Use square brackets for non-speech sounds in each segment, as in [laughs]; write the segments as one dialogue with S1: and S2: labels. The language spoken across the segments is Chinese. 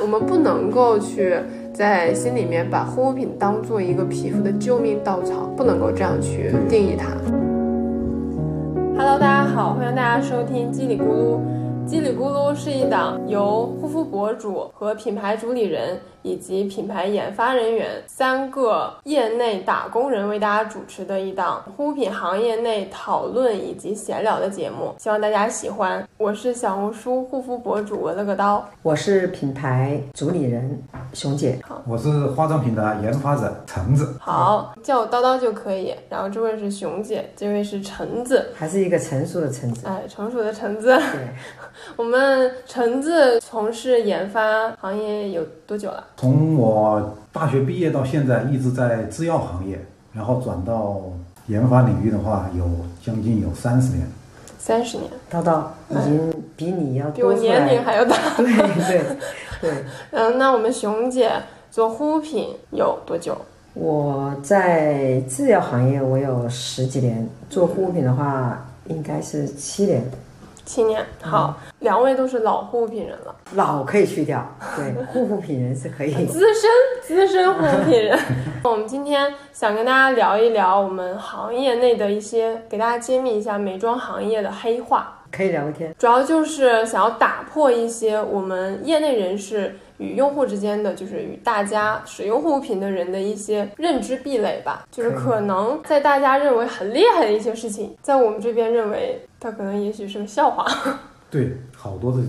S1: 我们不能够去在心里面把护肤品当做一个皮肤的救命稻草，不能够这样去定义它。Hello，大家好，欢迎大家收听叽里咕噜。叽里咕噜是一档由护肤博主和品牌主理人以及品牌研发人员三个业内打工人为大家主持的一档护肤品行业内讨论以及闲聊的节目，希望大家喜欢。我是小红书护肤博主我了个刀。
S2: 我是品牌主理人熊姐，
S3: 我是化妆品的研发者橙子，
S1: 好，叫我叨叨就可以。然后这位是熊姐，这位是橙子，
S2: 还是一个成熟的橙子。
S1: 哎，成熟的橙子。
S2: 对，
S1: 我们橙子从事研发行业有多久了？
S3: 从我大学毕业到现在一直在制药行业，然后转到研发领域的话，有将近有三十年。
S1: 三十年，
S2: 叨叨已经比你要
S1: 比我
S2: 多出
S1: 年龄
S2: 来，
S1: 还要大。
S2: [laughs]
S1: [laughs]
S2: 对对对。
S1: 嗯，那我们熊姐做护肤品有多久？
S2: 我在制药行业我有十几年，做护肤品的话应该是七年，
S1: 七年。好，两位都是老护肤品人了，
S2: 老可以去掉，
S1: [laughs]
S2: 对，护肤品人是可以。
S1: 资深资深护肤品人。我们今天想跟大家聊一聊我们行业内的一些，给大家揭秘一下美妆行业的黑话。
S2: 可以聊天，
S1: 主要就是想要打破一些我们业内人士与用户之间的，就是与大家使用护肤品的人的一些认知壁垒吧。就是可能在大家认为很厉害的一些事情，在我们这边认为它可能也许是个笑话。 [laughs]
S3: 对，好多这种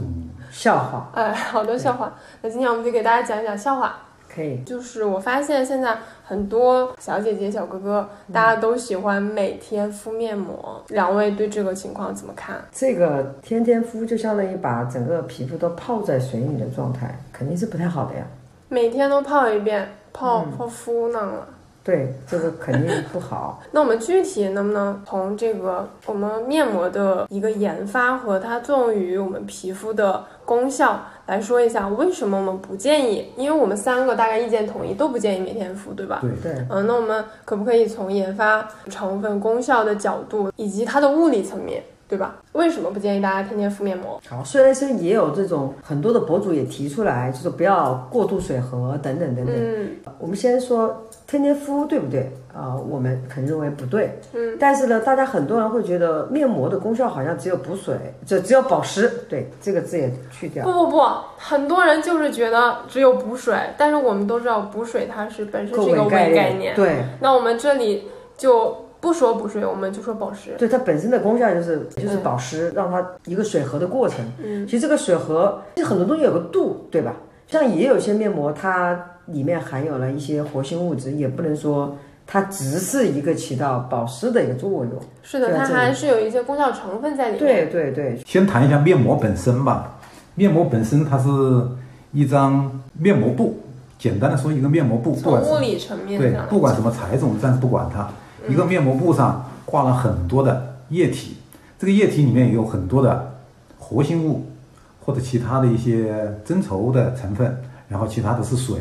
S2: 笑话
S1: 哎，好多笑话。那今天我们就给大家讲一讲笑话。
S2: 可以，
S1: 就是我发现现在很多小姐姐、小哥哥，大家都喜欢每天敷面膜。两位对这个情况怎么看？
S2: 这个天天敷就相当于把整个皮肤都泡在水里的状态，肯定是不太好的呀。
S1: 每天都泡一遍，泡泡敷呢了。
S2: 对，这个肯定不好。
S1: 那我们具体能不能从这个我们面膜的一个研发和它作用于我们皮肤的功效来说一下，为什么我们不建议？因为我们三个大概意见统一，都不建议每天敷，对吧？
S3: 对
S2: 对，
S1: 嗯，那我们可不可以从研发成分、功效的角度，以及它的物理层面，对吧？为什么不建议大家天天敷面膜？
S2: 好，虽然现在也有这种很多的博主也提出来，就是不要过度水合等等等等。
S1: 嗯，
S2: 我们先说天天敷对不对？啊、我们肯认为不对。嗯，但是呢，大家很多人会觉得面膜的功效好像只有补水，就只有保湿。对，这个字也去掉。
S1: 不不不，很多人就是觉得只有补水，但是我们都知道补水它是本身是一个伪
S2: 概
S1: 概念，
S2: 对
S1: 那我们这里就不说补水，我们就说保湿。
S2: 对，它本身的功效就是就是
S1: 嗯
S2: 保湿，让它一个水合的过程。嗯，其实这个水合，其实很多东西有个度，对吧？像也有些面膜，它里面含有了一些活性物质，也不能说它只是一个起到保湿的一个作用。
S1: 是的，
S2: 对
S1: 它
S2: 这个
S1: 还是有一些功效成分在里面。
S2: 对对对，
S3: 先谈一下面膜本身吧。面膜本身它是一张面膜布，简单的说一个面膜布，不
S1: 从
S3: 管是
S1: 物理层面
S3: 对
S1: 上，来
S3: 不管
S1: 讲，
S3: 什么材质，我们暂时不管它。一个面膜布上挂了很多的液体，这个液体里面有很多的活性物或者其他的一些增稠的成分，然后其他的是水，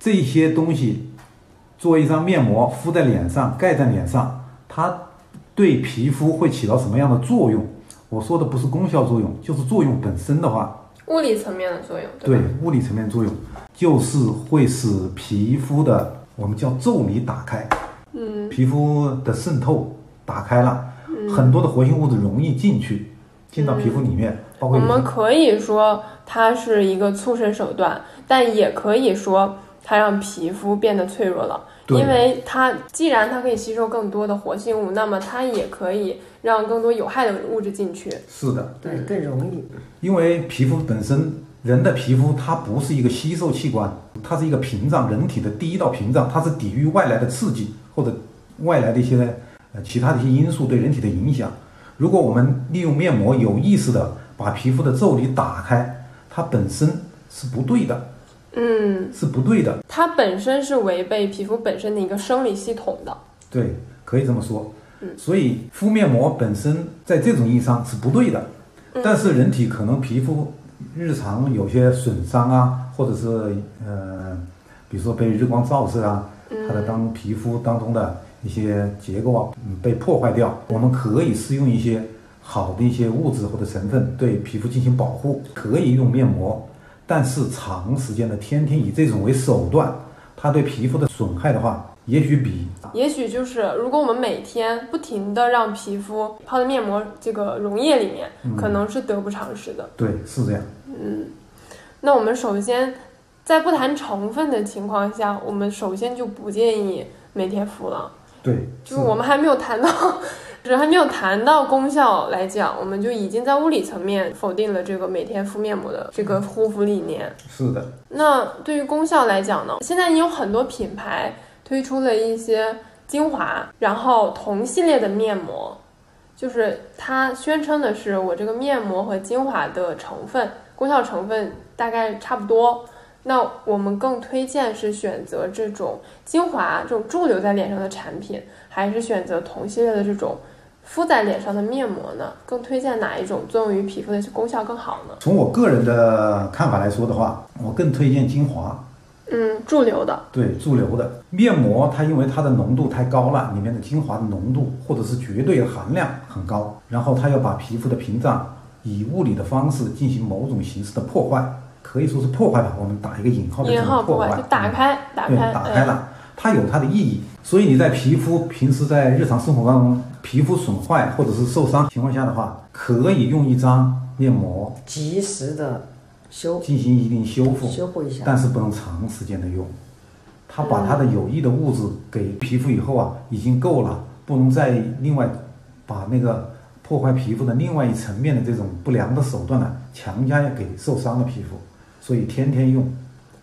S3: 这些东西做一张面膜敷在脸上，盖在脸上，它对皮肤会起到什么样的作用？我说的不是功效作用，就是作用本身的话，
S1: 物理层面的作用，
S3: 对
S1: 吧？
S3: 物理层面作用，就是会使皮肤的我们叫皱褶打开，嗯，皮肤的渗透打开了，
S1: 嗯
S3: 很多的活性物质容易进去，进到皮肤里面，包括
S1: 我
S3: 有
S1: 们
S3: 些
S1: 可以说它是一个促渗手段，但也可以说它让皮肤变得脆弱了。
S3: 对
S1: 因为它既然它可以吸收更多的活性物，那么它也可以让更多有害的物质进去。
S3: 是的，
S2: 对，
S1: 嗯
S2: 更容易。
S3: 因为皮肤本身，人的皮肤它不是一个吸收器官，它是一个屏障，人体的第一道屏障，它是抵御外来的刺激或者外来的一些呃其他的一些因素对人体的影响。如果我们利用面膜有意识的把皮肤的皱褶打开，它本身是不对的，
S1: 嗯，
S3: 是不对的。
S1: 它本身是违背皮肤本身的一个生理系统的。
S3: 对，可以这么说。所以敷面膜本身在这种意义上是不对的，但是人体可能皮肤日常有些损伤啊，或者是呃，比如说被日光照射啊，它的当皮肤当中的一些结构啊、嗯、被破坏掉，我们可以施用一些好的一些物质或者成分对皮肤进行保护，可以用面膜，但是长时间的天天以这种为手段，它对皮肤的损害的话，也许比
S1: 也许就是，如果我们每天不停的让皮肤泡在面膜这个溶液里面，可能是得不偿失的。
S3: 对是这样。
S1: 那我们首先，在不谈成分的情况下，我们首先就不建议每天敷了。
S3: 对，
S1: 就是我们还没有谈到， [laughs] 就是还没有谈到功效来讲，我们就已经在物理层面否定了这个每天敷面膜的这个护肤理念。
S3: 是的，
S1: 那对于功效来讲呢，现在也有很多品牌推出了一些精华，然后同系列的面膜，就是它宣称的是我这个面膜和精华的成分、功效成分大概差不多。那我们更推荐是选择这种精华这种驻留在脸上的产品，还是选择同系列的这种敷在脸上的面膜呢？更推荐哪一种作用于皮肤的功效更好呢？
S3: 从我个人的看法来说的话，我更推荐精华。
S1: 嗯，驻留的，
S3: 对驻留的面膜，它因为它的浓度太高了，里面的精华的浓度或者是绝对含量很高，然后它要把皮肤的屏障以物理的方式进行某种形式的破坏，可以说是破坏吧，我们打一个引号的这
S1: 引号
S3: 种
S1: 不
S3: 破
S1: 管
S3: 坏，嗯
S1: 就打开，打
S3: 对，
S1: 开，哎
S3: 打开了，它有它的意义。所以你在皮肤平时在日常生活当中，皮肤损坏或者是受伤情况下的话，可以用一张面膜
S2: 及时的修
S3: 进行一定修复，
S2: 修复一下。
S3: 但是不能长时间的用。它把它的有益的物质给皮肤以后啊，已经够了，不能再另外把那个破坏皮肤的另外一层面的这种不良的手段呢、强加给受伤的皮肤。所以天天用，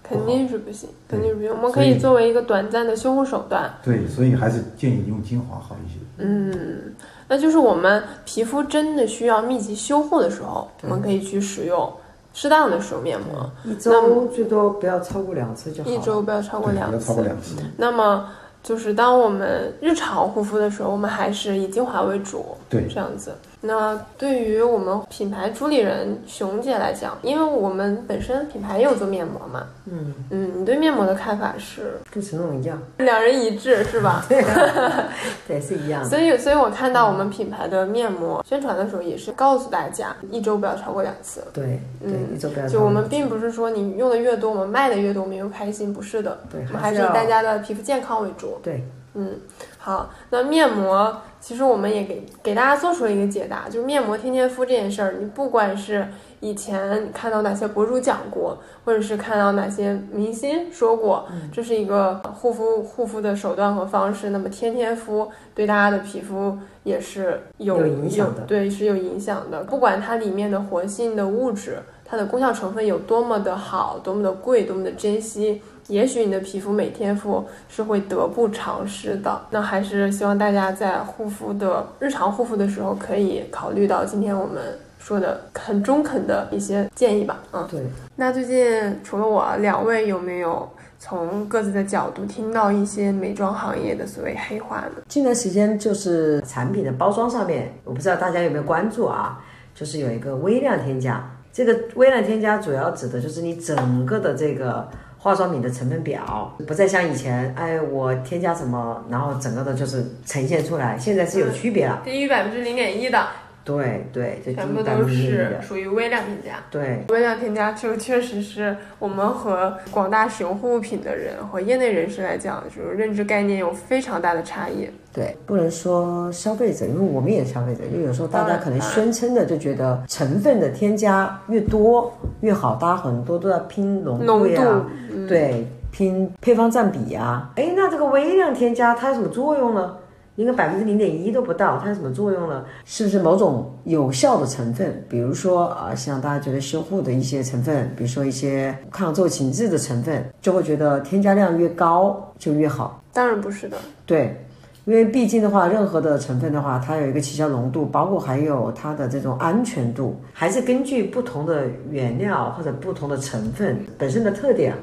S1: 肯定是不行，
S3: 对
S1: 肯定是不行。我们
S3: 所
S1: 可
S3: 以
S1: 以作为一个短暂的修护手段，
S3: 对，所以还是建议用精华好一些。
S1: 嗯，那就是我们皮肤真的需要密集修护的时候，我们可以去使用适当的使用面膜，
S2: 一周最多不要超过两次就好了。
S1: 一周不要超过
S3: 对，不
S1: 两
S3: 要超
S1: 次
S3: 过。两次。
S1: 那么就是当我们日常护肤的时候，我们还是以精华为主，
S3: 对
S1: 这样子。那对于我们品牌主理人熊姐来讲，因为我们本身品牌也有做面膜嘛，
S2: 嗯，
S1: 嗯，你对面膜的看法是
S2: 跟陈总一样，
S1: 两人一致是吧？
S2: 对、啊，对是一样的。
S1: 所以，所以我看到我们品牌的面膜宣传的时候，也是告诉大家一周不要超过两次。
S2: 对对，
S1: 嗯
S2: 一周不要超过两次。
S1: 就我们并不是说你用的越多，我们卖的越多，我们越开心，不是的。
S2: 对
S1: 我们
S2: 还
S1: 还
S2: 是
S1: 是以
S2: 要
S1: 大家的皮肤健康为主。
S2: 对
S1: 嗯，好，那面膜其实我们也给给大家做出了一个解答，就是面膜天天敷这件事儿，你不管是以前看到哪些博主讲过，或者是看到哪些明星说过，
S2: 嗯
S1: 这是一个护肤护肤的手段和方式，那么天天敷对大家的皮肤也是有
S2: 有影响的
S1: 有对，是有影响的。不管它里面的活性的物质，它的功效成分有多么的好，多么的贵，多么的珍惜，也许你的皮肤每天敷是会得不偿失的。那还是希望大家在护肤的日常护肤的时候，可以考虑到今天我们说的很中肯的一些建议吧。嗯，
S2: 对，
S1: 那最近除了我，两位有没有从各自的角度听到一些美妆行业的所谓黑话呢？
S2: 近段时间就是产品的包装上面，我不知道大家有没有关注啊，就是有一个微量添加。这个微量添加主要指的就是你整个的这个化妆品的成分表，不再像以前，哎，我添加什么，然后整个的就是呈现出来，现在是有区别了。
S1: 低于百分之零点一的，
S2: 对对，就
S1: 全部
S2: 低于百分
S1: 都
S2: 之零
S1: 是
S2: 的。
S1: 属于微量添加。
S2: 对，
S1: 微量添加就确实是我们和广大使用护肤品的人和业内人士来讲，就是认知概念有非常大的差异。
S2: 对，不能说消费者，因为我们也是消费者，就有时候大
S1: 当
S2: 家
S1: 然
S2: 可能宣称的就觉得成分的添加越多越好，大家很多都要拼浓
S1: 浓
S2: 度呀、
S1: 度嗯
S2: 对，拼配方占比呀、哎，那这个微量添加它有什么作用呢？应该百分之零点一都不到，它有什么作用呢？是不是某种有效的成分？比如说啊、呃像大家觉得修护的一些成分，比如说一些抗皱情志的成分，就会觉得添加量越高就越好。
S1: 当然不是的，
S2: 对，因为毕竟的话，任何的成分的话，它有一个起效浓度，包括还有它的这种安全度，还是根据不同的原料或者不同的成分本身的特点，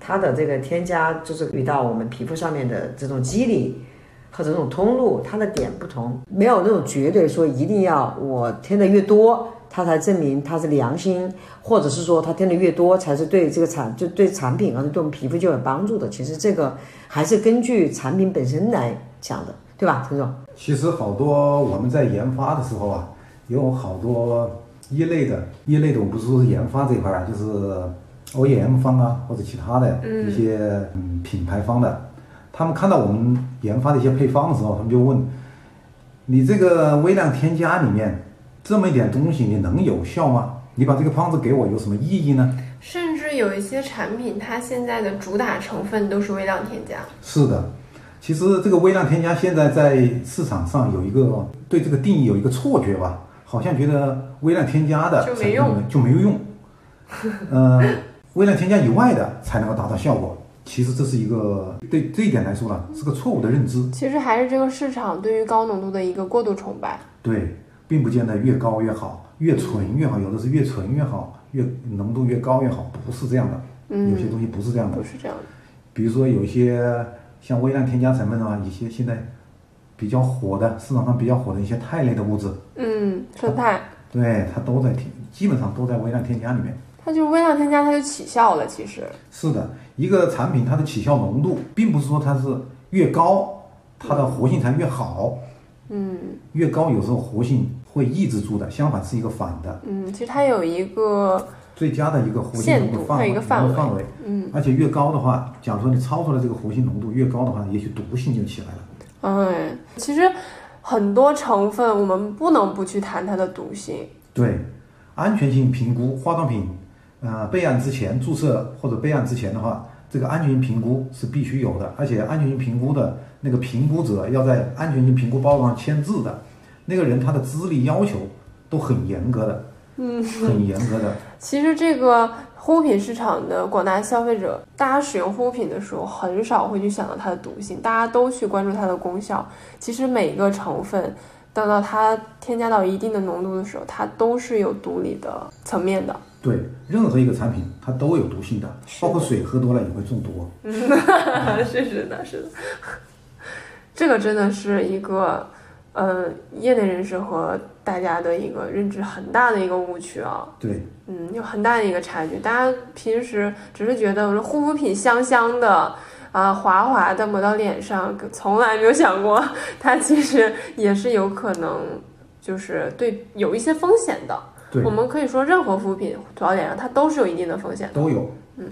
S2: 它的这个添加就是遇到我们皮肤上面的这种机理。和这种通路，它的点不同，没有那种绝对说一定要我添的越多，它才证明它是良心，或者是说它添的越多才是对这个产就对产品，而且对我们皮肤就有帮助的。其实这个还是根据产品本身来讲的，对吧，陈总？
S3: 其实好多我们在研发的时候啊，有好多一类的，一类的我不是说是研发这一块儿啊，就是 OEM 方啊，或者其他的一些嗯品牌方的，他们看到我们研发的一些配方的时候，他们就问：你这个微量添加里面这么一点东西，你能有效吗？你把这个方子给我有什么意义呢？
S1: 甚至有一些产品，它现在的主打成分都是微量添加。
S3: 是的，其实这个微量添加现在在市场上有一个对这个定义有一个错觉吧，好像觉得微量添加的
S1: 就没
S3: 产品
S1: 用
S3: 里面就没
S1: [laughs]
S3: 有用，呃，微量添加以外的才能够达到效果。其实这是一个对这一点来说呢，是个错误的认知。
S1: 其实还是这个市场对于高浓度的一个过度崇拜。
S3: 对，并不见得越高越好，越纯越好，有的是越纯越好，越浓度越高越好，不是这样的。有些
S1: 嗯，
S3: 东西不是这样的
S1: 不。是这样的。
S3: 比如说有一些像微量添加成分啊，一些现在比较火的市场上比较火的一些肽类的物质，
S1: 嗯，生态，
S3: 对它都在添，基本上都在微量添加里面。
S1: 它就微量添加，它就起效了。其实，
S3: 是的，一个产品它的起效浓度，并不是说它是越高，它的活性才越好，
S1: 嗯
S3: 越高有时候活性会抑制住的，相反是一个反的，
S1: 嗯，其实它有一个
S3: 最佳的一个活性
S1: 限
S3: 浓
S1: 度
S3: 度范
S1: 它
S3: 围，
S1: 有一个范围
S3: 范围。
S1: 嗯
S3: 而且越高的话，假如说你超出了这个活性浓度越高的话，也许毒性就起来了。
S1: 哎，其实很多成分我们不能不去谈它的毒性。
S3: 对，安全性评估，化妆品，呃，备案之前注射或者备案之前的话，这个安全性评估是必须有的，而且安全性评估的那个评估者要在安全性评估包装上签字的，那个人他的资历要求都很严格的，嗯， [laughs] 很严格的，
S1: 其实这个护肤品市场的广大消费者，大家使用护肤品的时候，很少会去想到它的毒性，大家都去关注它的功效。其实每一个成分，等到它添加到一定的浓度的时候，它都是有毒理的层面的。
S3: 对，任何一个产品它都有毒性的，
S1: 是
S3: 包括水喝多了也会中毒。
S1: [laughs] 是是的，是的，这个真的是一个，呃，业内人士和大家的一个认知很大的一个误区啊。
S3: 对，
S1: 嗯，有很大的一个差距。大家平时只是觉得我说护肤品香香的，啊，滑滑的抹到脸上，从来没有想过它其实也是有可能，就是对有一些风险
S2: [laughs]
S1: 的。
S3: 对
S1: 我，们可以说任何护肤品涂到脸上，它都是有一定的风险的。
S3: 都有，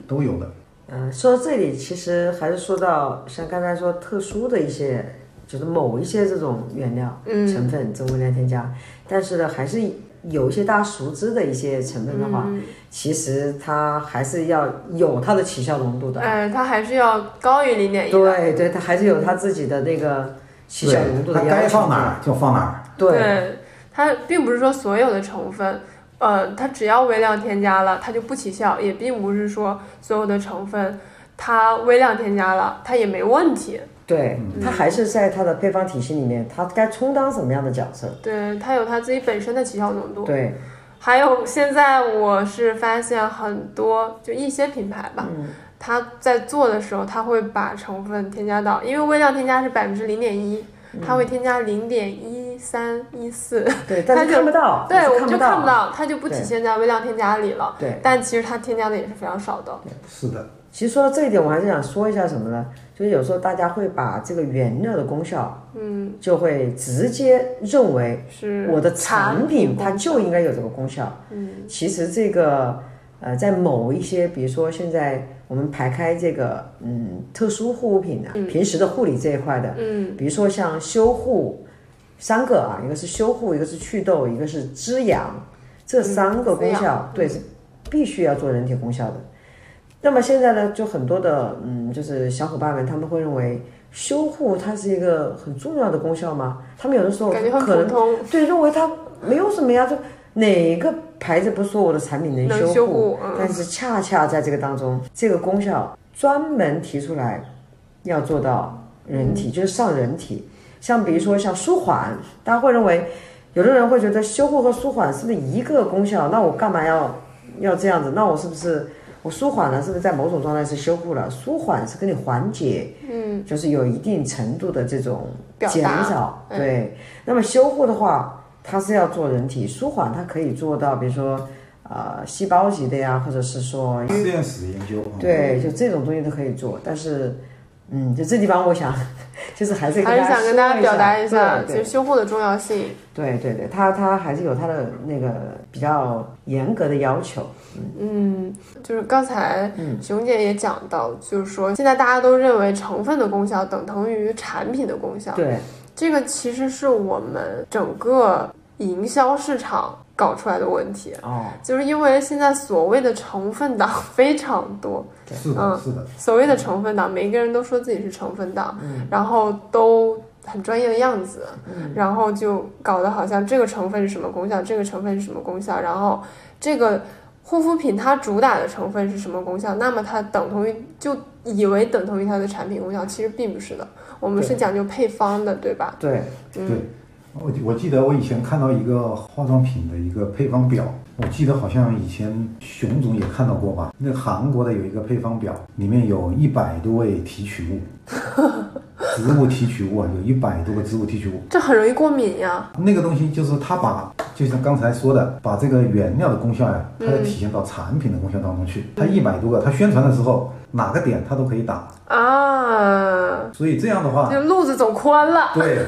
S3: 都有的。
S2: 嗯，说到这里，其实还是说到像刚才说特殊的一些，就是某一些这种原料、
S1: 嗯
S2: 成分，这种微量添加，但是呢，还是有一些大家熟知的一些成分的话，其实它还是要有它的起效浓度的。啊
S1: 哎，它还是要高于零点一的。
S2: 对对，它还是有它自己的那个起效浓度
S3: 它
S2: 的
S3: 该
S2: 要求
S3: 放哪
S2: 的。
S3: 儿就放哪儿。
S2: 对，
S1: 它并不是说所有的成分，呃，它只要微量添加了，它就不起效，也并不是说所有的成分它微量添加了，它也没问题。
S2: 对，它还是在它的配方体系里面，它该充当什么样的角色？
S1: 对，它有它自己本身的起效浓度。
S2: 对，
S1: 还有现在我是发现很多就一些品牌吧，
S2: 嗯
S1: 它在做的时候，它会把成分添加到，因为微量添加是百分之零点一，
S2: 嗯
S1: 它会添加零点一三一四，
S2: 对，但
S1: 它
S2: 哦是
S1: 就
S2: 看不到，
S1: 对，我
S2: 看
S1: 们
S2: 不
S1: 就看不
S2: 到。啊
S1: 到，它就不体现在微量添加里了。
S2: 对，
S1: 但其实它添加的也是非常少的。
S3: 是的，
S2: 其实说到这一点，我还是想说一下什么呢？就是有时候大家会把这个原料的功效，嗯，就会直接认为
S1: 是
S2: 我的产品它
S1: 功
S2: 就应该有这个功效。嗯，其实这个呃，在某一些，比如说现在我们排开这个嗯特殊护肤品啊，
S1: 嗯
S2: 平时的护理这一块的，嗯，比如说像修护三个啊，一个是修护，一个是祛痘，一个是滋养，这三个功
S1: 嗯滋嗯
S2: 效、对是必须要做人体功效的。那么现在呢，就很多的嗯，就是小伙伴们他们会认为修护它是一个很重要的功效吗？他们有的时候
S1: 感觉很
S2: 可能
S1: 普通，
S2: 对，认为它没有什么呀，就哪个牌子不说我的产品能
S1: 能
S2: 修
S1: 修护嗯
S2: 但是恰恰在这个当中，这个功效专门提出来要做到人体，就是上人体。像比如说像舒缓，大家会认为，有的人会觉得修护和舒缓是不是一个功效？那我干嘛要要这样子？那我是不是我舒缓了？是不是在某种状态是修护了？舒缓是跟你缓解，嗯，就是有一定程度的这种
S1: 表
S2: 减
S1: 达嗯
S2: 少，对。那么修护的话，它是要做人体舒缓，它可以做到，比如说呃细胞级的呀，或者是说
S3: 实验室研究啊。
S2: 对，就这种东西都可以做，但是，嗯，就这地方我想 [laughs] 就是还是
S1: 还是想跟大
S2: 家
S1: 家表达一下，
S2: 对
S1: 其
S2: 对
S1: 实修护的重要性。
S2: 对对对，它它还是有它的那个比较严格的要求。
S1: 嗯，就是刚才
S2: 嗯
S1: 熊姐也讲到，就是说现在大家都认为成分的功效等同于产品的功效，
S2: 对
S1: 这个其实是我们整个营销市场搞出来的问题。
S2: 哦，
S1: 就是因为现在所谓的成分党 [laughs] 非常多，
S3: 是的，
S1: 嗯
S3: 是的，
S1: 所谓的成分党，每一个人都说自己是成分党，然后都很专业的样子，然后就搞得好像这个成分是什么功效，这个成分是什么功效，然后这个护肤品它主打的成分是什么功效，那么它等同于就以为等同于它的产品功效，其实并不是的。我们是讲究配方的，对吧？
S2: 对，
S3: 对。我我记得我以前看到一个化妆品的一个配方表，我记得好像以前熊总也看到过吧？那韩国的有一个配方表，里面有一百多味提取物，植物提取物啊，有一百多个植物提取物。
S1: 这很容易过敏呀。
S3: 那个东西就是它把，就像刚才说的，把这个原料的功效呀，它要体现到产品的功效当中去。它一百多个，它宣传的时候哪个点它都可以打，
S1: 啊，
S3: 所以这样的话
S1: 这，路子走宽了，
S3: 对，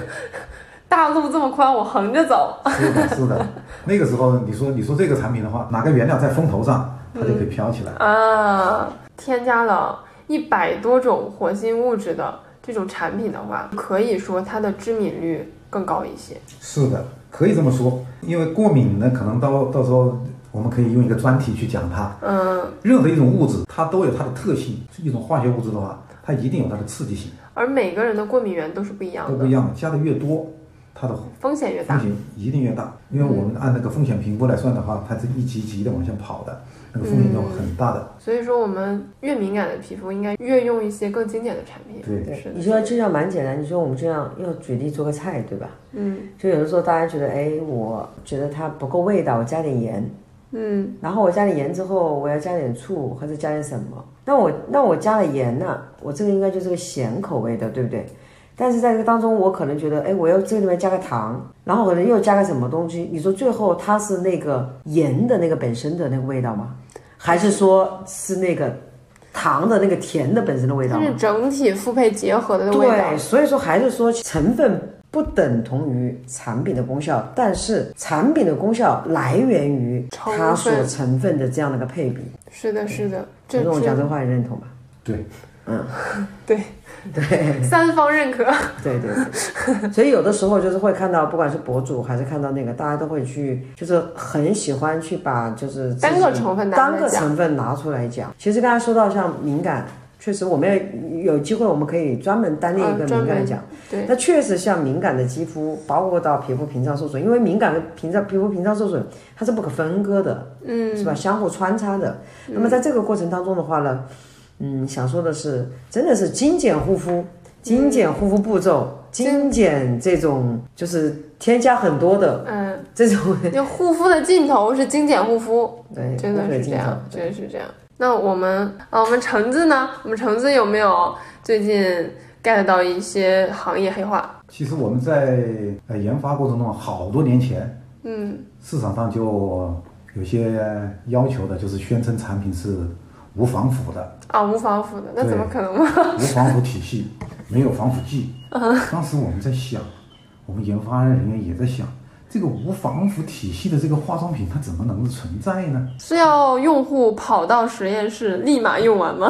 S1: 大路这么宽，我横着走。
S3: 是的，
S1: [laughs]
S3: 是的。那个时候你说你说这个产品的话，哪个原料在风头上，
S1: 嗯
S3: 它就可以飘起来。
S1: 啊，添加了一百多种活性物质的这种产品的话，可以说它的知名率更高一些。
S3: 是的，可以这么说。因为过敏呢，可能到到时候我们可以用一个专题去讲它。
S1: 嗯，
S3: 任何一种物质，它都有它的特性。一种化学物质的话，它一定有它的刺激性，
S1: 而每个人的过敏源都是不一样
S3: 都不
S1: 的，
S3: 一样。嗯加的越多，它的
S1: 风险越
S3: 风
S1: 大。嗯
S3: 险一定越大，因为我们按那个风险评估来算的话，它是一级一级的往下跑的，那个风险都很大的。
S1: 所以说，我们越敏感的皮肤应该越用一些更经典的产品。
S3: 对
S2: 对
S1: 是，
S2: 你
S1: 的。
S2: 说这样蛮简单。你说我们这样要举例做个菜，对吧？
S1: 嗯
S2: 就有的时候大家觉得，哎，我觉得它不够味道，我加点盐。
S1: 嗯
S2: 然后我加点盐之后，我要加点醋或者加点什么？那我那我加了盐呢、我这个应该就是个咸口味的，对不对？但是在这个当中，我可能觉得，哎，我要这个里面加个糖，然后可能又加个什么东西？你说最后它是那个盐的那个本身的那个味道吗？还是说是那个糖的那个甜的本身的味道
S1: 它
S2: 吗
S1: 是？整体复配结合的味道
S2: 对，。所以说还是说成分不等同于产品的功效，但是产品的功效来源于它所
S1: 成分
S2: 成分的这样的一个配比。
S1: 是的，是的，这
S2: 陈总讲
S1: 是
S2: 这话你认同吧？ [laughs]
S1: 嗯
S3: 对，
S1: 对对，三方认可。
S2: 对对对，所以有的时候就是会看到，不管是博主还是看到那个，大家都会去，就是很喜欢去把就是自己
S1: 单个成分拿出来
S2: 单个
S1: 讲
S2: 成分拿出来讲。其实刚才说到像敏感，确实我们也有机会我们可以专门单列一个
S1: 嗯专
S2: 敏感
S1: 门
S2: 讲。
S1: 对，
S2: [laughs] 那确实像敏感的肌肤，包括到皮肤屏障受损，因为敏感的屏障皮肤屏障受损，它是不可分割的，嗯，是吧？相互穿插的。
S1: 嗯
S2: 那么在这个过程当中的话呢，嗯，想说的是，真的是精简护肤，精简护肤步
S1: 嗯
S2: 骤，精简这种就是添加很多的
S1: 嗯，
S2: 这
S1: [laughs]
S2: 种，
S1: 就护肤的尽头是精简护肤。
S2: 对，
S1: 真的
S2: 不可
S1: 是这
S2: 尽头
S1: 样，
S2: 对
S1: 真的是这样。那我们啊，我们橙子呢？我们橙子有没有最近 get 到一些行业黑话？
S3: 其实我们在呃研发过程中，好多年前，
S1: 嗯，
S3: 市场上就有些要求的，就是宣称产品是无防腐
S1: [laughs]
S3: 的，
S1: 啊，无防腐的，那
S3: 对
S1: 怎么可能吗？ [laughs]
S3: 无防腐体系，没有防腐剂。当时我们在想，我们研发人员也在想，这个无防腐体系的这个化妆品，它怎么能存在呢？
S1: 是要用户跑到实验室立马用完吗？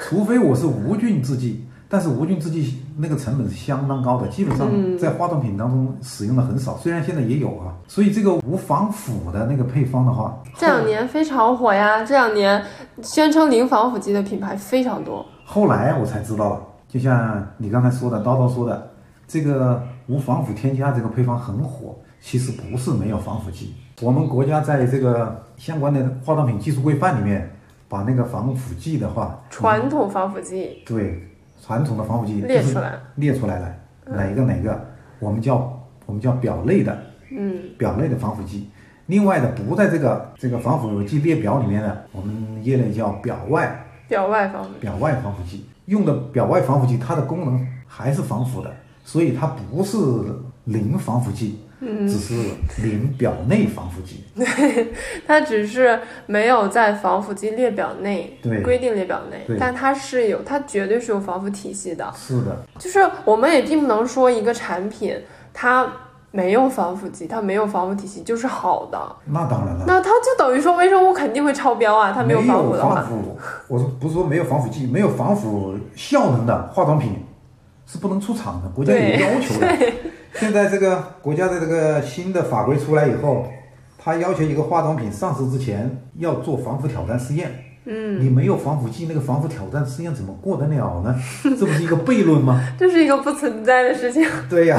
S3: 除非我是无菌制剂，但是无菌制剂那个成本是相当高的，基本上在化妆品当中使用的很少，虽然现在也有啊。所以这个无防腐的那个配方的话，
S1: 这两年非常火呀，这两年宣称零防腐剂的品牌非常多。
S3: 后来我才知道了，就像你刚才说的，叨叨说的，这个无防腐添加这个配方很火，其实不是没有防腐剂。我们国家在这个相关的化妆品技术规范里面，把那个防腐剂的话，
S1: 传统防腐剂
S3: 对传统的防腐剂
S1: 列
S3: 就是
S1: 出来
S3: 列出来了，哪一个哪个，我们叫我们叫表类的，
S1: 嗯，
S3: 表类的防腐剂。另外的不在这个这个防腐剂列表里面的，我们业内叫表外
S1: 表外防腐剂，
S3: 表外防腐剂用的表外防腐剂，它的功能还是防腐的，所以它不是零防腐剂，嗯，只是临表内防腐剂。
S1: 它只是没有在防腐剂列表内
S3: 对
S1: 规定列表内
S3: 对，
S1: 但它是有，它绝对是有防腐体系的。
S3: 是的，
S1: 就是我们也并不能说一个产品它没有防腐剂，它没有防腐体系就是好的，
S3: 那当然了。
S1: 那它就等于说微生物肯定会超标啊，它
S3: 没
S1: 有防腐的
S3: 防
S1: 话，
S3: 腐，我说不是说没有防腐剂，没有防腐效能的化妆品是不能出厂的，国家有
S1: 对
S3: 要求的。
S1: [laughs]
S3: 现在这个国家的这个新的法规出来以后，它要求一个化妆品上市之前要做防腐挑战试验。嗯，你没有防腐剂，那个防腐挑战试验怎么过得了呢？这不是一个悖论吗？ [laughs]
S1: 这是一个不存在的事情。 [laughs]
S3: 对呀、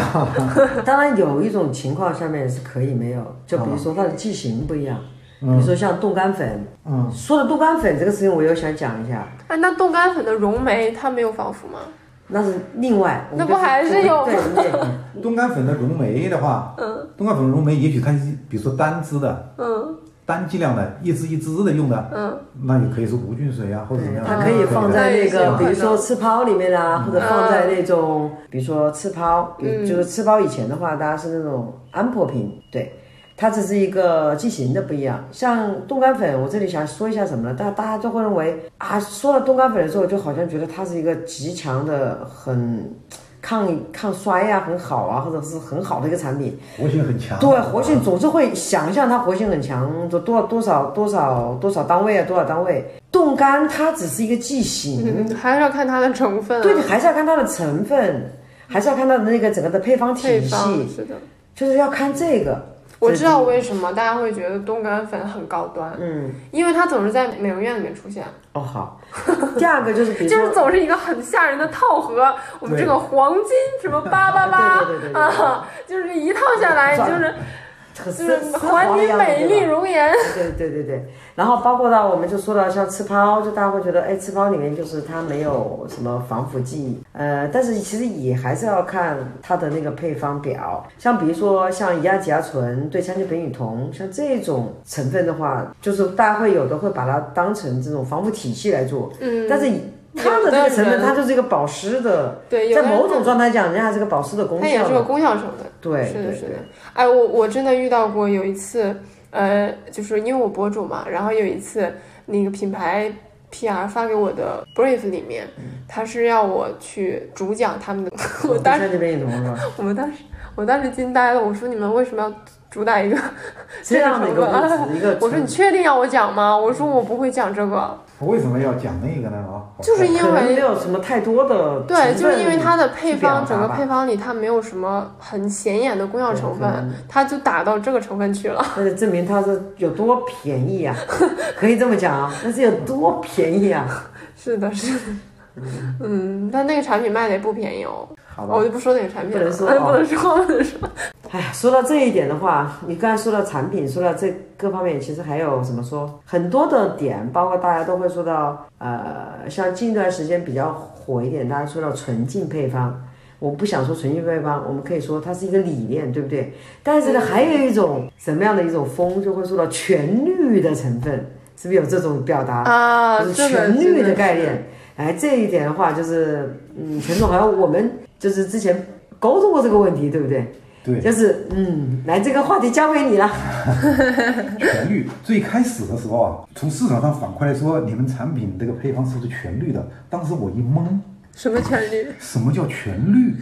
S2: 当然有一种情况下面是可以没有，就比如说它的剂型不一样，比如说像冻干粉。
S3: 嗯，
S2: 说到冻干粉这个事情，我又想讲一下，
S1: 哎，那冻干粉的溶酶它没有防腐吗？
S2: 那是另外。
S1: 那不还是有
S2: 对
S1: [laughs]
S2: 对对
S3: 冻干粉的溶酶的话，嗯，冻干粉溶酶也许它是比如说单支的，
S1: 嗯，
S3: 单剂量的，一支一支的用的，嗯，那也可以是无菌水啊，或者怎么样，
S2: 它可以放在那
S1: 对有
S2: 个，
S1: 可
S2: 比
S1: 能嗯
S2: 如说吃泡里面啊，或者放在那种，比如说吃泡，有就是吃泡以前的话，大家是那种安珀瓶，对，它只是一个剂型的不一样。像冻干粉，我这里想说一下什么呢？大大家都会认为啊，说到冻干粉的时候，就好像觉得它是一个极强的很。抗抗衰呀、很好啊，或者是很好的一个产品，
S3: 活性很强，
S2: 对活性总是会想象它活性很强，多多多少多少多少单位啊，多少单位。冻干它只是一个剂型，
S1: 嗯，还是要看它的成分、啊。
S2: 对，你还是要看它的成分，还是要看它的那个整个的配方
S1: 配
S2: 体
S1: 方
S2: 系，
S1: 是的。
S2: 就是要看这个。
S1: 我知道为什么大家会觉得冻干粉很高端，嗯，因为它总是在美容院里面出现，[laughs]
S2: 哦，好。第二个就是比如
S1: 就
S2: 说，
S1: 是总是一个很吓人的套盒，我们这个黄金什么八八八
S2: [laughs] 对对对对对
S1: 啊，就是一套下来就是
S2: 很丝
S1: 就是
S2: 丝滑
S1: 还
S2: 的
S1: 你
S2: 样子
S1: 美丽容颜，
S2: [laughs] 对对对对，然后包括到我们就说到像吃泡，就大家会觉得，哎，吃泡里面就是它没有什么防腐剂，呃，但是其实也还是要看它的那个配方表，像比如说像乙亚甲醇、对羟基苯乙酮，像这种成分的话，就是大家会有的会把它当成这种防腐体系来做，嗯，但是它的这个成
S1: 有的
S2: 分
S1: 人
S2: 它就是一个保湿的，
S1: 对，有
S2: 在
S1: 的人
S2: 某种状态讲，人家还是个保湿的功
S1: 它也
S2: 效
S1: 是个
S2: 的，
S1: 功效成分。
S2: 对
S1: 是
S2: 对
S1: 的，是的
S2: 对，。
S1: 哎，我我真的遇到过有一次，呃，就是因为我博主嘛，然后有一次那个品牌 PR 发给我的 brief 里面，
S2: 嗯
S1: 他是要我去主讲他们
S2: [laughs]
S1: 的，我当时
S2: 对羟基苯乙
S1: [laughs]
S2: 酮是吧？
S1: 我们当时我当时惊呆了，我说你们为什么要主打一个
S2: 这样的一个
S1: 成分啊
S2: 物质，一个
S1: [laughs] 我说
S2: 成
S1: 你确定要我讲吗？我说我不会讲这个，
S3: 我为什么要讲那个呢？啊，
S1: 就是因
S2: 可能
S1: 为
S2: 没有什么太多的
S1: 对，就是因为它的配方
S2: 去表
S1: 整
S2: 达
S1: 个
S2: 吧
S1: 配方里它没有什么很显眼的功效成
S2: 对可
S1: 分，它就打到这个成分去了。
S2: [laughs] 那就证明它是有多便宜啊，可以这么讲啊，那是有多便宜啊？
S1: 是的，是的，嗯，但那个产品卖的也不便宜哦。
S2: 好吧
S1: 我就不说那个产品了，
S2: 不能说
S1: 哎 [laughs]
S2: 哦
S1: 不能说，不能说。
S2: 哎，说到这一点的话，你刚才说到产品，说到这各方面，其实还有怎么说，很多的点，包括大家都会说到，呃，像近段时间比较火一点，大家说到纯净配方，我不想说纯净配方，我们可以说它是一个理念，对不对？但是呢，
S1: 嗯
S2: 还有一种什么样的一种风，就会说到全绿的成分，是不是有这种表达
S1: 啊
S2: 就是
S1: 这个
S2: 全绿
S1: 这个
S2: 的概念。哎，这一点的话，就是嗯，陈总，好像我们就是之前沟通过这个问题，对不对？
S3: 对，
S2: 就是嗯，来这个话题交给你了。
S3: 全绿最开始的时候啊，从市场上反馈来说，你们产品这个配方是不是全绿的？当时我一懵，
S1: 什么权利？
S3: 什么叫全绿？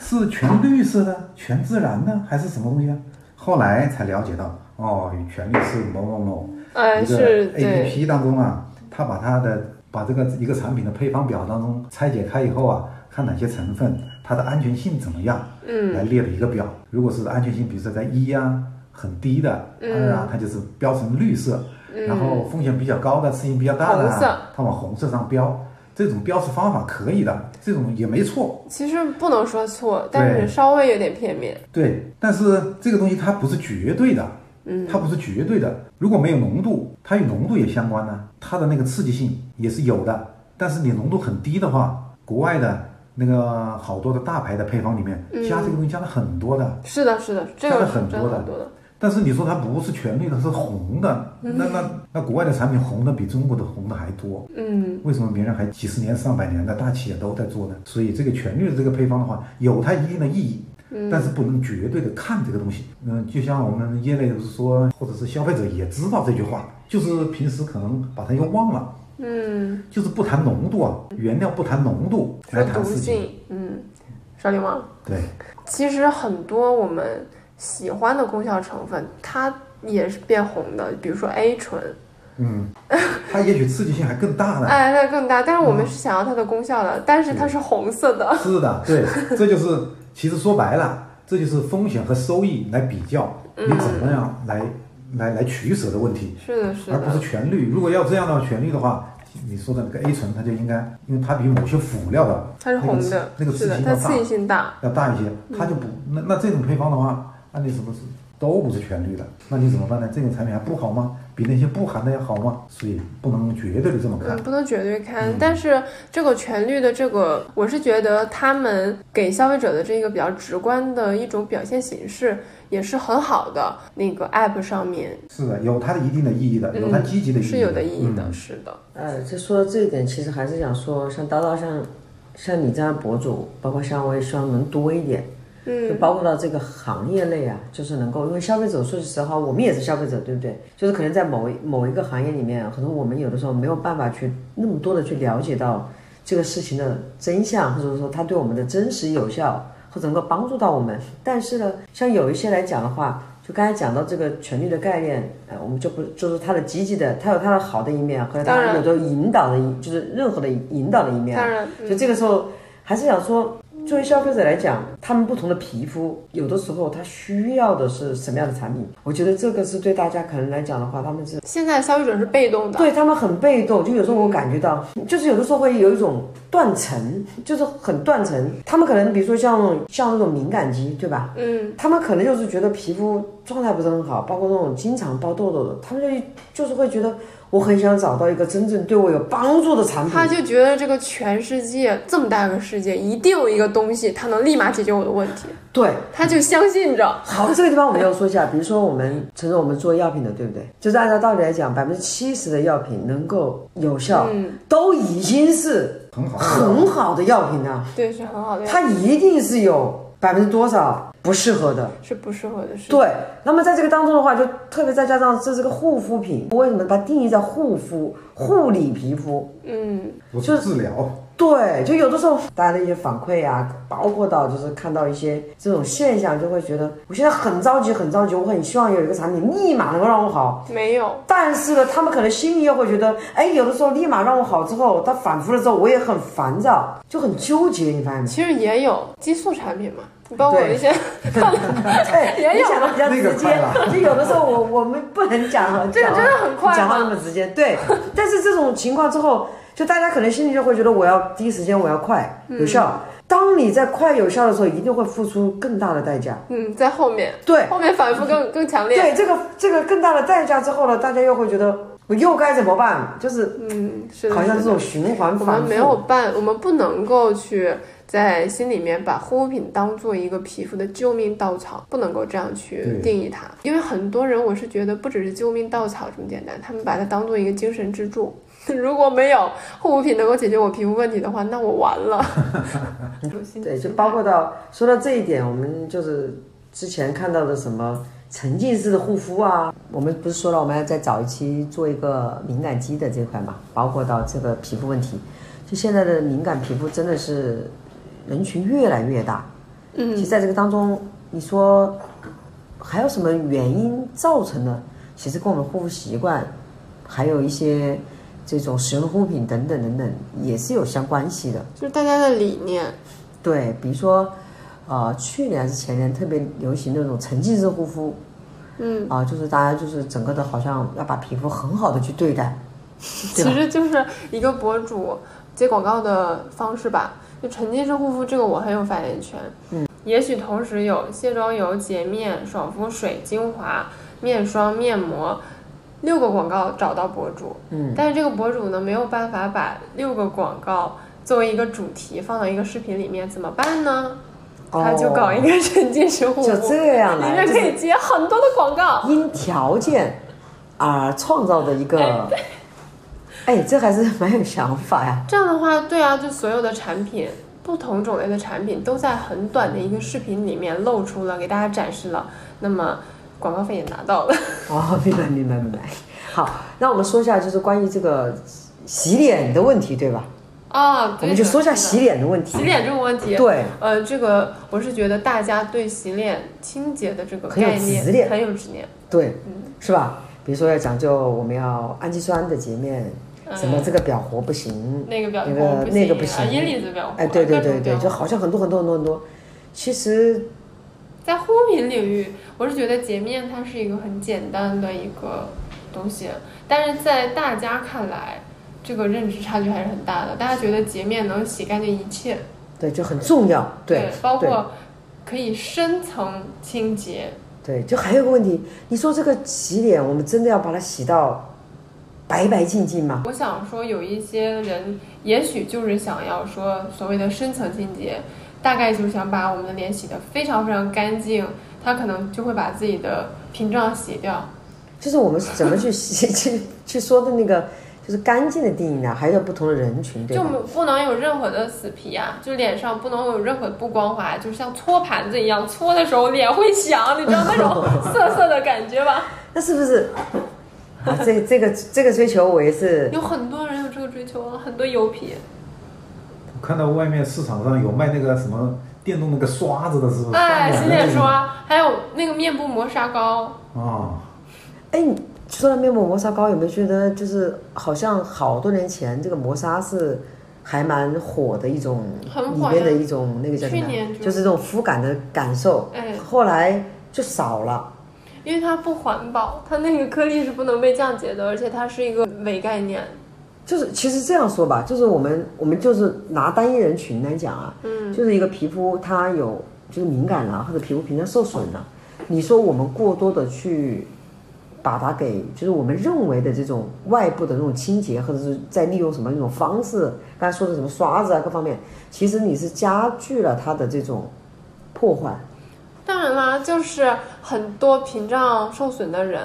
S3: 是全绿色的、全自然的，还是什么东西啊？后来才了解到，哦，全绿是某某某
S1: 呃，
S3: 一个
S1: 是
S3: A
S1: 对
S3: P P 当中啊，它把它的把这个一个产品的配方表当中拆解开以后啊，看哪些成分它的安全性怎么样，嗯，来列了一个表。如果是安全性，比如说在一啊很低的，二
S1: 嗯
S3: 啊它就是标成绿色，然后风险比较高的、刺激比较大的
S1: 红色
S3: 啊，它往红色上标。这种标识方法可以的，这种也没错，
S1: 其实不能说错，但
S3: 对
S1: 是稍微有点片面。
S3: 对，但是这个东西它不是绝对的，嗯，它不是绝对的。如果没有浓度，它与浓度也相关呢，它的那个刺激性也是有的。但是你浓度很低的话，国外的那个好多的大牌的配方里面加这个东西加了很多的，
S1: 是的，是的，这个
S3: 加了
S1: 是
S3: 很
S1: 真
S3: 多
S1: 的
S3: 的
S1: 很多的。
S3: 但是你说它不是全绿的，是红的，那那那国外的产品红的比中国的红的还多，
S1: 嗯，
S3: 为什么别人还几十年、上百年的大企业都在做呢？所以这个全绿的这个配方的话，有它一定的意义，但是不能绝对的看这个东西。嗯，就嗯像我们业内人士说，或者是消费者也知道这句话，就是平时可能把它又忘了。
S1: 嗯，
S3: 就是不谈浓度啊，原料不谈浓度来
S1: 说毒
S3: 谈事情。
S1: 性，嗯，小李吗？
S3: 对，
S1: 其实很多我们喜欢的功效成分，它也是变红的，比如说 A 醇，
S3: 嗯，它也许刺激性还更大呢。
S1: 哎，它更大，但是我
S3: 嗯
S1: 们是想要它的功效的，但是它是红色
S3: [laughs]
S1: 的，
S3: 是的，对，这就是其实说白了，这就是风险和收益来比较，你怎么样来、来来取舍的问题，
S1: 是的，是
S3: 而不是
S1: 的，
S3: 全绿。如果要这样的全绿的话，你说的那个 A 醇，它就应该，因为它比某些辅料的
S1: 它是红的，
S3: 那个
S1: 是
S3: 刺
S1: 的，
S3: 激
S1: 它
S3: 要
S1: 刺
S3: 大
S1: 激嗯性大，
S3: 要大一些，它就不那那这种配方的话，按理什么是都不是全绿的，那你怎么办呢？这种产品还不好吗？比那些不含的要好吗？所以不能绝对的这么看
S1: 嗯，。不能绝对看，但是这个全绿的这个，我是觉得他们给消费者的这个比较直观的一种表现形式，也是很好的。那个 app 上面
S3: 是的，有它的一定的意义的，有它积极的意义
S1: 嗯
S3: 的，
S1: 是有的意义的，
S3: 嗯
S1: 是的，
S2: 呃，这说到这一点，其实还是想说，像叨叨像像你这样的博主，包括像我也希望能多一点，就
S1: 嗯
S2: 包括到这个行业内啊，就是能够，因为消费者说句实话，我们也是消费者，对不对？就是可能在某一某一个行业里面，啊可能我们有的时候没有办法去那么多的去了解到这个事情的真相，或者说它对我们的真实有效，或者能够帮助到我们。但是呢，像有一些来讲的话，就刚才讲到这个权利的概念，呃，我们就不就是它的积极的，它有它的好的一面啊和
S1: 当
S2: 它
S1: 然
S2: 有的引导的一，就是任何的引导的一面啊。
S1: 当然，
S2: 就这个时候，还是想说，作为消费者来讲，他们不同的皮肤，有的时候他需要的是什么样的产品？我觉得这个是对大家可能来讲的话，他们是
S1: 现在消费者是被动的，
S2: 对他们很被动。就有时候我感觉到，就是有的时候会有一种断层，就是很断层。他们可能比如说像像那种敏感肌，对吧？
S1: 嗯，
S2: 他们可能就是觉得皮肤状态不是很好，包括那种经常爆痘痘的，他们就就是会觉得我很想找到一个真正对我有帮助的产品。
S1: 他就觉得这个全世界这么大个世界，一定有一个东西，它能立马解决我的问题，
S2: 对，
S1: 他就相信着，
S2: 好，这个地方我们要说一下，比如说我们承认我们做药品的，对不对？就是按照道理来讲，百分之七十的药品能够有效，
S1: 嗯
S2: 都已经是
S3: 很好。
S2: 很好的药品啊了，
S1: 对，是很好的，
S2: 它一定是有百分之多少不适合的。
S1: 是不适合的事。
S2: 对，那么在这个当中的话，就特别再加上这是个护肤品，为什么把它定义在护肤、护理皮肤？
S1: 嗯，
S3: 不是治疗，
S2: 对，就有的时候大家的一些反馈啊，包括到就是看到一些这种现象，就会觉得我现在很着急，很着急，我很希望有一个产品立马能够让我好。
S1: 没有，
S2: 但是呢，他们可能心里又会觉得，哎，有的时候立马让我好之后，他反复了之后，我也很烦躁，就很纠结，你发现没？
S1: 其实也有激素产品嘛，包括
S2: 对
S1: 一
S2: [laughs]
S1: 些，
S2: 对，
S1: 也有啊
S2: 哎你想的比较
S3: 那个
S2: 直接
S3: 快了，
S2: 就有的时候我我们不能讲很
S1: 这个真的很快
S2: 讲话
S1: 嘛
S2: 那么直接，对。但是这种情况之后，就大家可能心里就会觉得我要第一时间我要快
S1: 嗯
S2: 有效。当你在快有效的时候，一定会付出更大的代价。
S1: 嗯，在后面，
S2: 对
S1: 后面反复更更强烈，
S2: 对，这个这个更大的代价之后呢，大家又会觉得我又该怎么办？就是
S1: 嗯，是的，
S2: 好像
S1: 是
S2: 这
S1: 的
S2: 种循环
S1: 我
S2: 反
S1: 们
S2: 复。
S1: 没有办，我们不能够去在心里面把护肤品当做一个皮肤的救命稻草，不能够这样去
S3: 对
S1: 定义它。因为很多人，我是觉得不只是救命稻草这么简单，他们把它当做一个精神支柱。 [laughs] 如果没有护肤品能够解决我皮肤问题的话，那我完
S2: [laughs]
S1: 了。
S2: 对，就包括到说到这一点，我们就是之前看到的什么沉浸式的护肤啊，我们不是说了我们要再找一期做一个敏感肌的这块嘛，包括到这个皮肤问题，就现在的敏感皮肤真的是人群越来越大，嗯，其实在这个当中，你说还有什么原因造成的？其实跟我们护肤习惯，还有一些这种使用的护肤品等等等等，也是有相关系的。
S1: 就是大家的理念，
S2: 对，比如说，呃，去年还是前年特别流行那种沉浸式护肤，
S1: 嗯，
S2: 啊、就是大家就是整个的好像要把皮肤很好的去对待，对
S1: 其
S2: 吧？
S1: 实就是一个博主接广告的方式吧。就沉浸式护肤这个，我很有发言权。嗯，也许同时有卸妆油、洁面、爽肤水、精华、面霜、面膜。六个广告找到博主，嗯，但是这个博主呢没有办法把六个广告作为一个主题放到一个视频里面，怎么办呢？他就搞一个沉浸式护肤，
S2: 哦就这样来
S1: 里面
S2: 就
S1: 可
S2: 是
S1: 以接很多的广告，
S2: 因条件而创造的一
S1: [laughs]
S2: 个，哎，这还是蛮有想法呀。
S1: 这样的话，对啊，就所有的产品不同种类的产品都在很短的一个视频里面露出了，给大家展示了。那么广告费也拿到
S2: [laughs]
S1: 了。
S2: 哦，明白明白明白。好，那我们说一下就是关于这个洗脸的问题，对吧？
S1: 啊、对
S2: 我们就
S1: 的
S2: 说一下
S1: 是的
S2: [laughs] 洗脸的问题。
S1: 洗脸这个问题。
S2: 对，
S1: 呃，这个我是觉得大家对洗脸清洁的这个
S2: 很有
S1: 概念
S2: 执念
S1: 很有执念，
S2: 对，
S1: 嗯
S2: 是吧？比如说要讲究我们要氨基酸的洁面，什么
S1: 嗯
S2: 这个表活不行，
S1: 那个表
S2: 那
S1: 情
S2: 个那个不
S1: 啊，
S2: 行
S1: 阴历子表情
S2: 哎，对对对
S1: 各种
S2: 对，
S1: 表
S2: 就好像很多很多很多很多。其实，
S1: 在护品领域，我是觉得洁面它是一个很简单的一个东西，但是在大家看来，这个认知差距还是很大的。大家觉得洁面能洗干净一切，
S2: 对，就很重要，对，
S1: 包
S2: 对
S1: 括可以深层清洁，
S2: 对，就还有个问题，你说这个洗脸，我们真的要把它洗到白白净净吗？
S1: 我想说，有一些人也许就是想要说所谓的深层清洁，大概就是想把我们的脸洗得非常非常干净，他可能就会把自己的屏障洗掉。
S2: 就是我们怎么去洗 [laughs] 去去说的那个，就是干净的定义呢？还有不同的人群，对
S1: 就
S2: 吧？
S1: 没不能有任何的死皮啊，就脸上不能有任何不光滑，就像搓盘子一样，搓的时候脸会响，你知道那种涩涩的感觉吧？
S2: 那是不是？啊，这这个这个追求我也是，
S1: 有很多人有这个追求啊，很多油皮
S3: 我看到外面市场上有卖那个什么电动那个刷子的，是不是？
S1: 哎，洗
S3: 刷脸的那
S1: 脸
S3: 个
S1: 刷，还有那个面部磨砂膏，
S3: 啊，
S2: 哎，你说到面膜磨砂膏，有没有觉得就是好像好多年前这个磨砂是还蛮火的一种，
S1: 很
S2: 里
S1: 火
S2: 面的
S1: 呀
S2: 一种那个叫什
S1: 去年
S2: 么？
S1: 就
S2: 就是这种肤感的感受。
S1: 嗯
S2: 后来就少了。
S1: 因为它不环保，它那个颗粒是不能被降解的，而且它是一个伪概念。
S2: 就是其实这样说吧，就是我们我们就是拿单一人群来讲啊，
S1: 嗯，
S2: 就是一个皮肤它有就是敏感了、或者皮肤屏障受损了、你说我们过多的去把它给就是我们认为的这种外部的那种清洁，或者是在利用什么那种方式，刚才说的什么刷子啊各方面，其实你是加剧了它的这种破坏。
S1: 当然啦，就是很多屏障受损的人，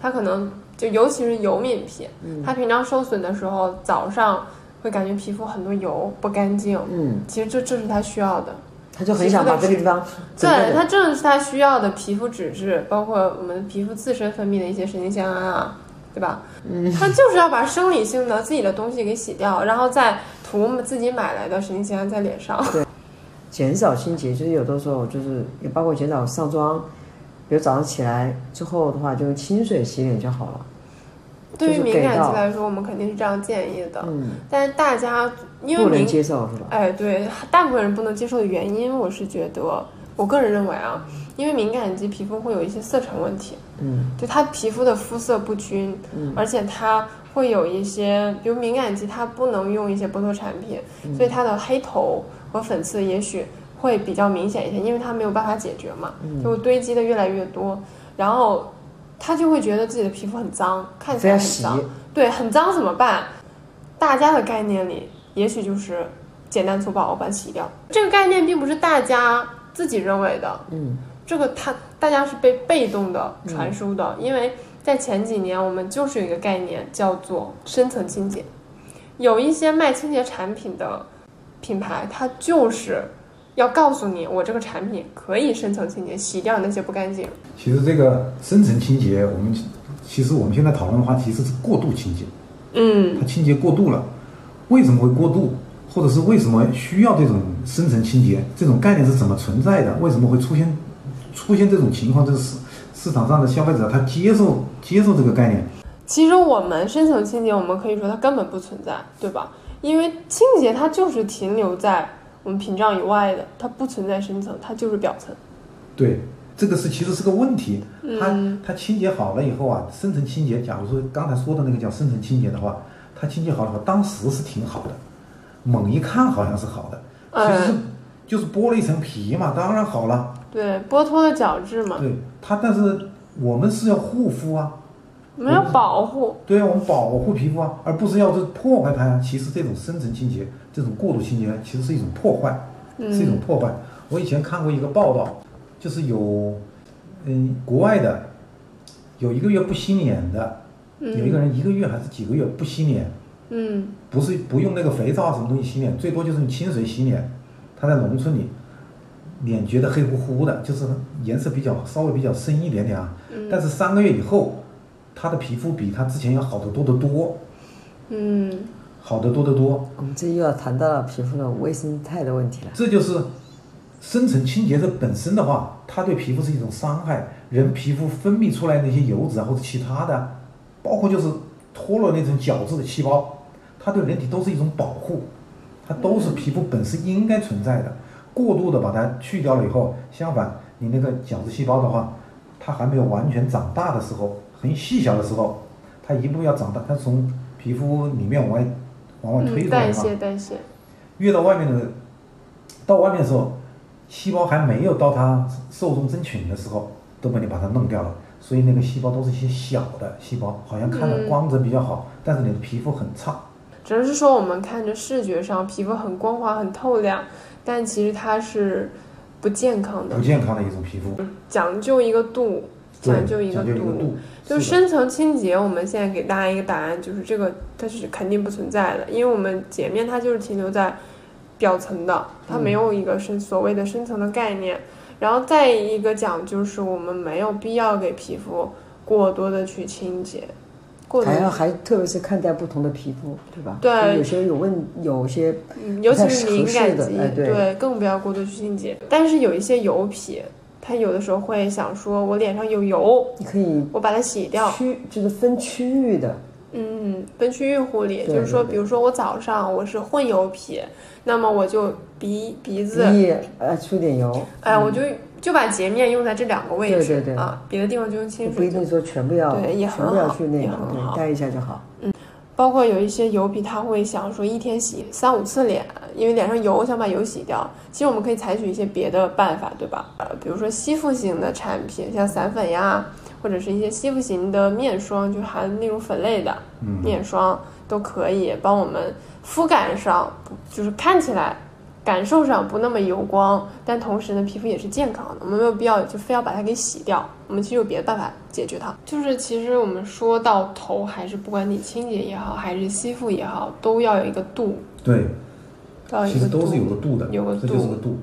S1: 他可能就尤其是油敏皮，他屏障受损的时候，早上会感觉皮肤很多油不干净。
S2: 嗯，
S1: 其实这这是他需要的，
S2: 他就很想把这个地方整个
S1: 对
S2: 的
S1: 他正是他需要的皮肤脂质，包括我们皮肤自身分泌的一些神经酰胺啊，对吧？嗯，他就是要把生理性的自己的东西给洗掉，然后再涂自己买来的神经酰胺在脸上。
S2: 减少清洁，就是有的时候就是也包括减少上妆，比如早上起来之后的话，就用清水洗脸就好了。
S1: 对于
S2: 就是
S1: 敏
S2: 给
S1: 感
S2: 到
S1: 肌来说，我们肯定是这样建议的。
S2: 嗯，
S1: 但是大家因为
S2: 不能
S1: 敏
S2: 接受是吧？
S1: 哎，对，大部分人不能接受的原因，我是觉得，我个人认为啊，因为敏感肌皮肤会有一些色沉问题，
S2: 嗯，
S1: 就它皮肤的肤色不均，而且它会有一些，比如敏感肌它不能用一些剥脱产品，所以它的黑头和粉刺也许会比较明显一些，因为它没有办法解决嘛，就堆积的越来越多，然后他就会觉得自己的皮肤很脏，看起
S2: 非
S1: 来
S2: 要
S1: 很
S2: 洗，
S1: 脏，对，很脏怎么办？大家的概念里，也许就是简单粗暴，我把它洗掉。这个概念并不是大家自己认为的，
S2: 嗯，
S1: 这个它大家是被被动的传输的，因为在前几年我们就是有一个概念叫做深层清洁，有一些卖清洁产品的品牌，它就是要告诉你，我这个产品可以深层清洁，洗掉那些不干净。
S3: 其实这个深层清洁，我们其实我们现在讨论的话，其实是过度清洁，
S1: 嗯，
S3: 它清洁过度了，为什么会过度，或者是为什么需要这种深层清洁？这种概念是怎么存在的？为什么会出现出现这种情况？就是市市场上的消费者他接受接受这个概念，
S1: 其实我们深层清洁，我们可以说它根本不存在，对吧？因为清洁它就是停留在我们屏障以外的，它不存在深层，它就是表
S3: [laughs]
S1: 层。
S3: 对，这个是其实是个问题。它它清洁好了以后啊，深层清洁，假如说刚才说的那个叫深层清洁的话，它清洁好了以后，当时是挺好的，猛一看好像是好的，
S1: 呃
S3: 其实是、就是剥了一层皮嘛，当然好了。
S1: 嗯对，剥脱了角质嘛，
S3: 对它，但是我们是要护肤啊，
S1: 我们要保护。
S3: 对啊，我们保护皮肤啊，而不是要去破坏它呀。其实这种深层清洁，这种过度清洁，啊其实是一种破坏，
S1: 嗯
S3: 是一种破坏。我以前看过一个报道，就是有，嗯，国外的有一个月不洗脸的，有一个人一个月还是几个月不洗脸，
S1: 嗯
S3: 不是不用那个肥皂什么东西洗脸，最多就是用清水洗脸，它在农村里，脸觉得黑乎乎的，就是颜色比较稍微比较深一点点啊。但是三个月以后，它的皮肤比它之前要好得多得多，
S1: 嗯，
S3: 好得多得多。
S2: 我们这又要谈到了皮肤的微生态的问题了。
S3: 这就是深层清洁这本身的话，它对皮肤是一种伤害。人皮肤分泌出来的那些油脂啊，或者其他的，包括就是脱落那种角质的细胞，它对人体都是一种保护，它都是皮肤本身应该存在的。过度的把它去掉了以后，相反，你那个角质细胞的话，它还没有完全长大的时候，很细小的时候，它一步要长大，它从皮肤里面往外往外推
S1: 嗯，
S3: 出
S1: 代
S3: 来嘛，
S1: 谢代谢，
S3: 越到外面的，到外面的时候，细胞还没有到它寿终正寝的时候，都被你把它弄掉了。所以那个细胞都是一些小的细胞，好像看着光泽比较好，但是你的皮肤很差。
S1: 只能是说我们看着视觉上皮肤很光滑很透亮，但其实它是不健康的
S3: 不。健康的一种皮肤，
S1: 讲究一个度，
S3: 对
S1: 讲究一个
S3: 讲究一个
S1: 度。
S3: 度，
S1: 就是
S3: 的
S1: 深层清洁，我们现在给大家一个答案，就是这个它是肯定不存在的，因为我们洁面它就是停留在表层的，它
S2: 嗯
S1: 没有一个深所谓的深层的概念。然后再一个讲就是我们没有必要给皮肤过多的去清洁，过多
S2: 还要还特别是看待不同的皮肤，对吧？
S1: 对
S2: 有些有问，有些
S1: 嗯，尤其是敏感
S2: 不太合适
S1: 肌，
S2: 的哎对
S1: 更不要过度去清洁。但是有一些油皮，它有的时候会想说，我脸上有油，
S2: 你可以
S1: 我把它洗掉。
S2: 区就是分区域的，
S1: 嗯，分区域护理，
S2: 对
S1: 就是说，
S2: 对对
S1: 比如说我早上我是混油皮，那么我就鼻鼻子，
S2: 你呃出点油，
S1: 哎，我就就把洁面用在这两个位置
S2: 嗯对对对
S1: 啊，别的地方就用清
S2: 不一
S1: 水。
S2: 定说全部要
S1: 对也
S2: 全
S1: 很
S2: 部要
S1: 好
S2: 去那
S1: 也
S2: 个
S1: 很，好
S2: 对，带一下就好。
S1: 包括有一些油皮，它会想说一天洗三五次脸，因为脸上油想把油洗掉。其实我们可以采取一些别的办法，对吧？呃，比如说吸附型的产品，像散粉呀，或者是一些吸附型的面霜，就含那种粉类的
S3: 嗯
S1: 面霜，都可以帮我们肤感上，就是看起来。感受上不那么油光，但同时呢，皮肤也是健康的。我们没有必要就非要把它给洗掉，我们其实有别的办法解决它。就是其实我们说到头，还是不管你清洁也好，还是吸附也好，都要有一个度，
S3: 对，
S1: 都要有
S3: 其
S1: 一个
S3: 实
S1: 度。
S3: 都是有个度的，
S1: 有个
S3: 这就是
S1: 度
S3: 个度。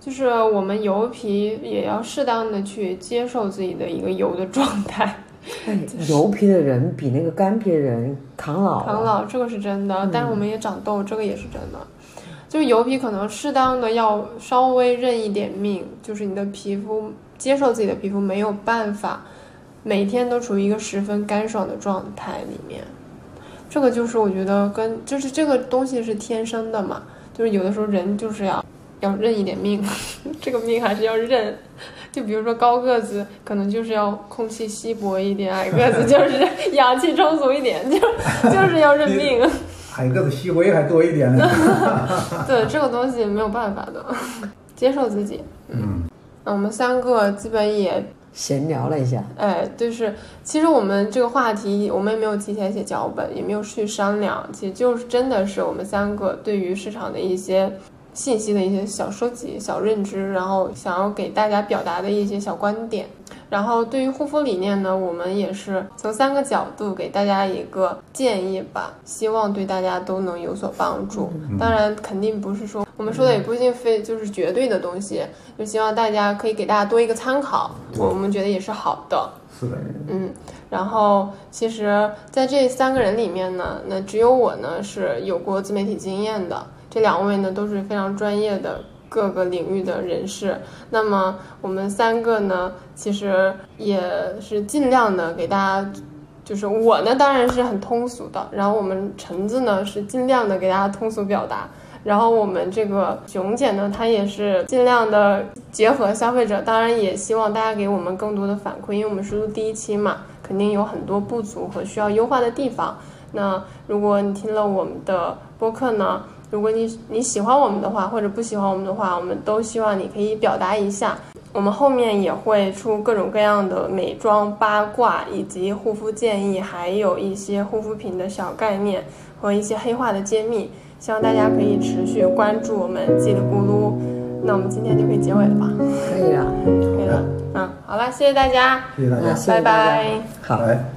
S1: 就是我们油皮也要适当的去接受自己的一个油的状态，
S2: 哎油皮的人比那个干皮的人抗老啊，
S1: 抗老这个是真的，但是我们也长痘，这个也是真的。就是油皮可能适当的要稍微认一点命，就是你的皮肤接受自己的皮肤没有办法，每天都处于一个十分干爽的状态里面。这个就是我觉得跟就是这个东西是天生的嘛，就是有的时候人就是要要认一点命， [laughs] 这个命还是要认。就比如说高个子，可能就是要空气稀薄一点；矮个子就是 [laughs] 氧气充足一点，就 [laughs] 就是要认命。
S3: 矮个子吸灰还多一点呢。 [laughs]
S1: 对，这个东西没有办法的，接受自己。
S3: 嗯，
S1: 那我们三个基本也，
S2: 闲聊了一下，
S1: 哎，就是其实我们这个话题，我们也没有提前写脚本，也没有去商量，其实就是真的是我们三个对于市场的一些信息的一些小收集、小认知，然后想要给大家表达的一些小观点。然后对于护肤理念呢，我们也是从三个角度给大家一个建议吧，希望对大家都能有所帮助。当然，肯定不是说我们说的也不一定非就是绝对的东西，就希望大家可以给大家多一个参考，
S3: 对
S1: 我们觉得也是好的。
S3: 是的，
S1: 嗯，然后其实在这三个人里面呢，那只有我呢是有过自媒体经验的，这两位呢都是非常专业的各个领域的人士。那么我们三个呢，其实也是尽量的给大家。就是我呢，当然是很通俗的，然后我们橙子呢是尽量的给大家通俗表达，然后我们这个熊姐呢，她也是尽量的结合消费者，当然也希望大家给我们更多的反馈，因为我们是录第一期嘛，肯定有很多不足和需要优化的地方。那如果你听了我们的播客呢，如果你你喜欢我们的话，或者不喜欢我们的话，我们都希望你可以表达一下。我们后面也会出各种各样的美妆八卦，以及护肤建议，还有一些护肤品的小概念和一些黑化的揭秘。希望大家可以持续关注我们叽里咕噜。那我们今天就可以结尾了吧？
S2: 可以了，
S1: 可以了，嗯，好了，谢谢大家，
S3: 谢谢大
S2: 那
S3: 家，
S2: 谢谢大家
S1: 拜拜
S2: 好。
S3: 拜。